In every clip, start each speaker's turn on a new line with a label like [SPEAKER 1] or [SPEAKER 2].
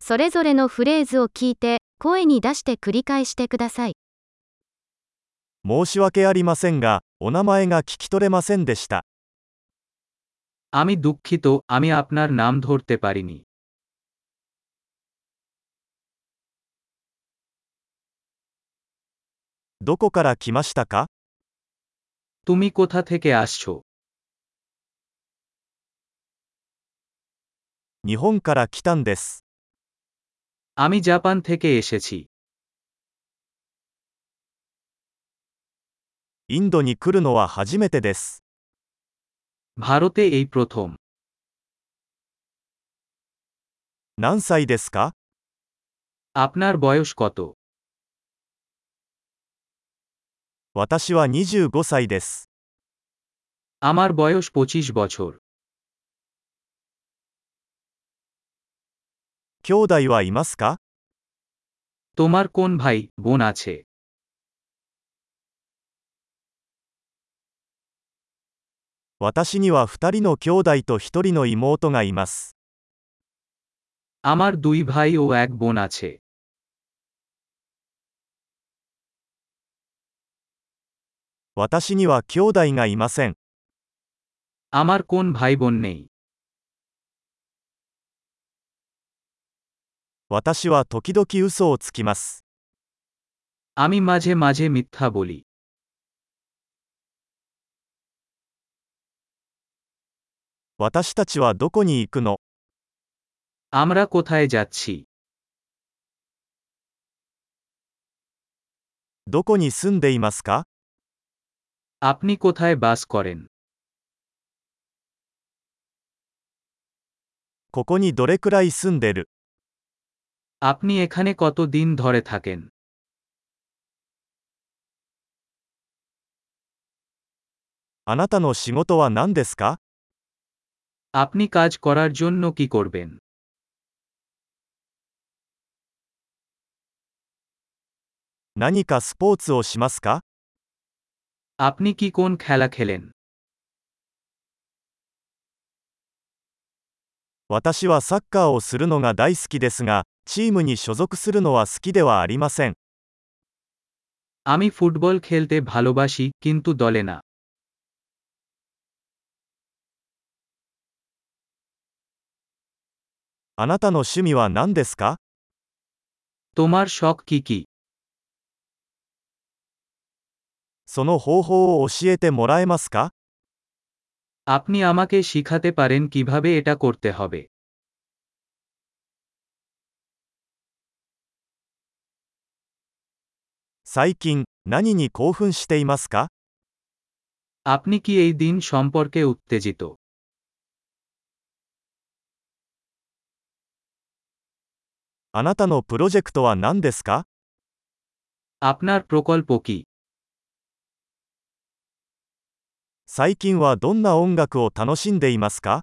[SPEAKER 1] それぞれのフレーズを聞いて、声に出して繰り返してください。
[SPEAKER 2] 申し訳ありませんが、お名前が聞き取れませんでした。
[SPEAKER 3] আমি দুঃখিত আমি আপনার নাম ধরতে পারিনি
[SPEAKER 2] どこから来ましたか
[SPEAKER 3] তুমি কোথা থেকে আসছো
[SPEAKER 2] 日本から来たんです。
[SPEAKER 3] আমি জাপান থেকে এসেছি
[SPEAKER 2] インドに来るのは初めてです。
[SPEAKER 3] ভারতে এই প্রথম
[SPEAKER 2] 何歳ですか
[SPEAKER 3] আপনার বয়স কত
[SPEAKER 2] 私は25歳です。
[SPEAKER 3] আমার বয়স পঁচিশ বছর
[SPEAKER 2] 兄弟はいますか
[SPEAKER 3] তোমার কোন ভাই বোন আছে
[SPEAKER 2] 私には2人の兄弟と1人の妹がいます。
[SPEAKER 3] আমার দুই ভাই ও এক বোন আছে
[SPEAKER 2] 私には兄弟がいません。
[SPEAKER 3] আমার কোন ভাই বোন নেই
[SPEAKER 2] 私は時々嘘をつきます。
[SPEAKER 3] আমি মাঝে মাঝে মিথ্যা বলি
[SPEAKER 2] 私たちはどこに行くの
[SPEAKER 3] আমরা কোথায় যাচ্ছি
[SPEAKER 2] どこに住んでいますか
[SPEAKER 3] আপনি কোথায় বাস করেন
[SPEAKER 2] ここにどれくらい住んでる
[SPEAKER 3] আপনি এখানে কত দিন ধরে থাকেন
[SPEAKER 2] あなたの仕事は何ですか
[SPEAKER 3] আপনি কাজ করার জন্য কি করবেন
[SPEAKER 2] 何かスポーツをしますか
[SPEAKER 3] আপনি কি কোন খেলা খেলেন
[SPEAKER 2] 私はサッカーをするのが大好きですが、チームに所属するのは好きではありません。
[SPEAKER 3] আমি ফুটবল খেলতে ভালোবাসি কিন্তু দলে না
[SPEAKER 2] あなたの趣味は何ですか
[SPEAKER 3] তোমার শখ কি কি
[SPEAKER 2] その方法を教えてもらえますか
[SPEAKER 3] আপনি আমাকে শিখাতে পারেন কিভাবে এটা করতে হবে
[SPEAKER 2] 最近、何に興奮していますか
[SPEAKER 3] আপনি কি এই দিন সম্পর্কে উত্তেজিত
[SPEAKER 2] あなたのプロジェクトは何ですか
[SPEAKER 3] আপনার প্রকল্প কি
[SPEAKER 2] 最近はどんな音楽を楽しんでいますか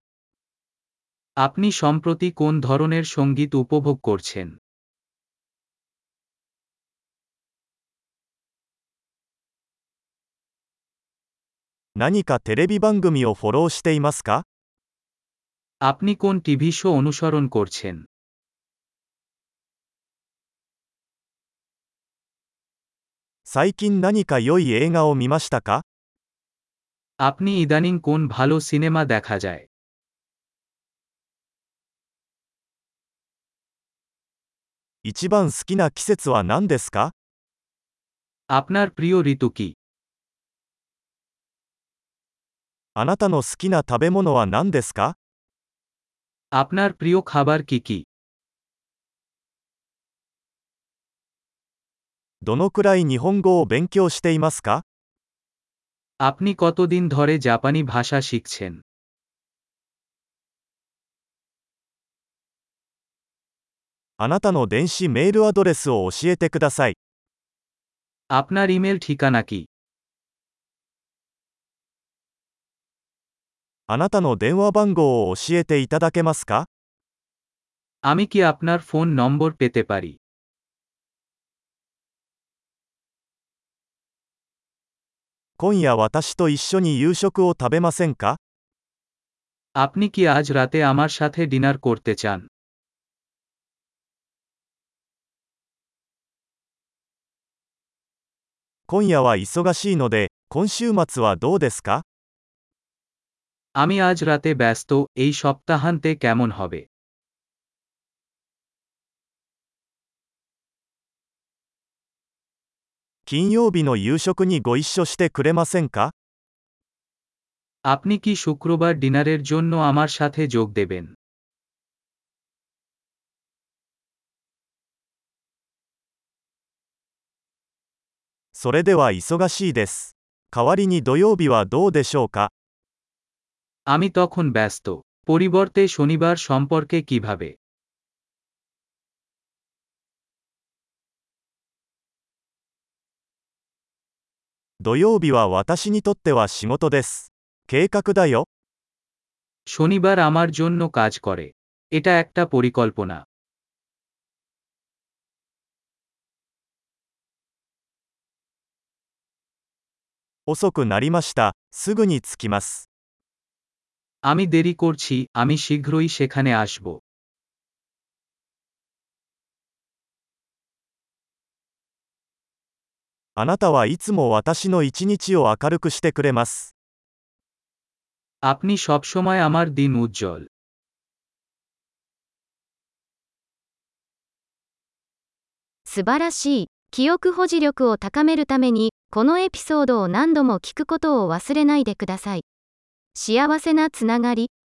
[SPEAKER 3] আপনি সম্প্রতি কোন ধরনের সঙ্গীত উপভোগ করছেন
[SPEAKER 2] 何かテレビ番組をフォローしていますか
[SPEAKER 3] আপনি কোন টিভি শো অনুসরণ করছেন
[SPEAKER 2] 最近何か良い映画を見ましたか
[SPEAKER 3] আপনি ইদানিং কোন ভালো সিনেমা দেখা যায়
[SPEAKER 2] 一番好きな季節は何ですか
[SPEAKER 3] আপনার প্রিয় ঋতু কি
[SPEAKER 2] あなたの好きな食べ物は何ですか
[SPEAKER 3] আপনার প্রিয় খাবার কি কি
[SPEAKER 2] どのくらい日本語を勉強していますか
[SPEAKER 3] আপনি কতদিন ধরে জাপানি ভাষা শিখছেন
[SPEAKER 2] あなたの電子メールアドレスを教えてください。
[SPEAKER 3] আপনার ইমেল ঠিকানা কি
[SPEAKER 2] あなたの電話番号を教えていただけますか
[SPEAKER 3] আমি কি আপনার ফোন নম্বর পেতে পারি
[SPEAKER 2] 今夜私と一緒に夕食を食べませんか
[SPEAKER 3] আপনি কি আজ রাতে আমার সাথে ডিনার করতে চান
[SPEAKER 2] 今夜は忙しいので、今週末はどうですか
[SPEAKER 3] আমি আজ রাতে ব্যস্ত এই সপ্তাহান্তে কেমন হবে
[SPEAKER 2] 金曜日の夕食にご一緒してくれませんか
[SPEAKER 3] আপনি কি শুক্রবার ডিনারের জন্য আমার সাথে যোগ দেবেন
[SPEAKER 2] それでは忙しいです。代わりに土曜日はどうでしょうか
[SPEAKER 3] আমি তখন ব্যস্ত পরিবর্তে শনিবার সম্পর্কে কিভাবে
[SPEAKER 2] 土曜日は私にとっては仕事です。計画だよ。
[SPEAKER 3] শনিবার আমার জন্য কাজ করে এটা একটা পরিকল্পনা
[SPEAKER 2] 遅くなりました。すぐに着きます。
[SPEAKER 3] আমি দেরি করছি আমি শীঘ্রই সেখানে আসব
[SPEAKER 2] あなたはいつも私の一日を明るくしてくれます。
[SPEAKER 3] আপনি সবসময় আমার দিন উজ্জ্বল
[SPEAKER 1] 素晴らしい。記憶保持力を高めるために、このエピソードを何度も聞くことを忘れないでください。幸せなつながり。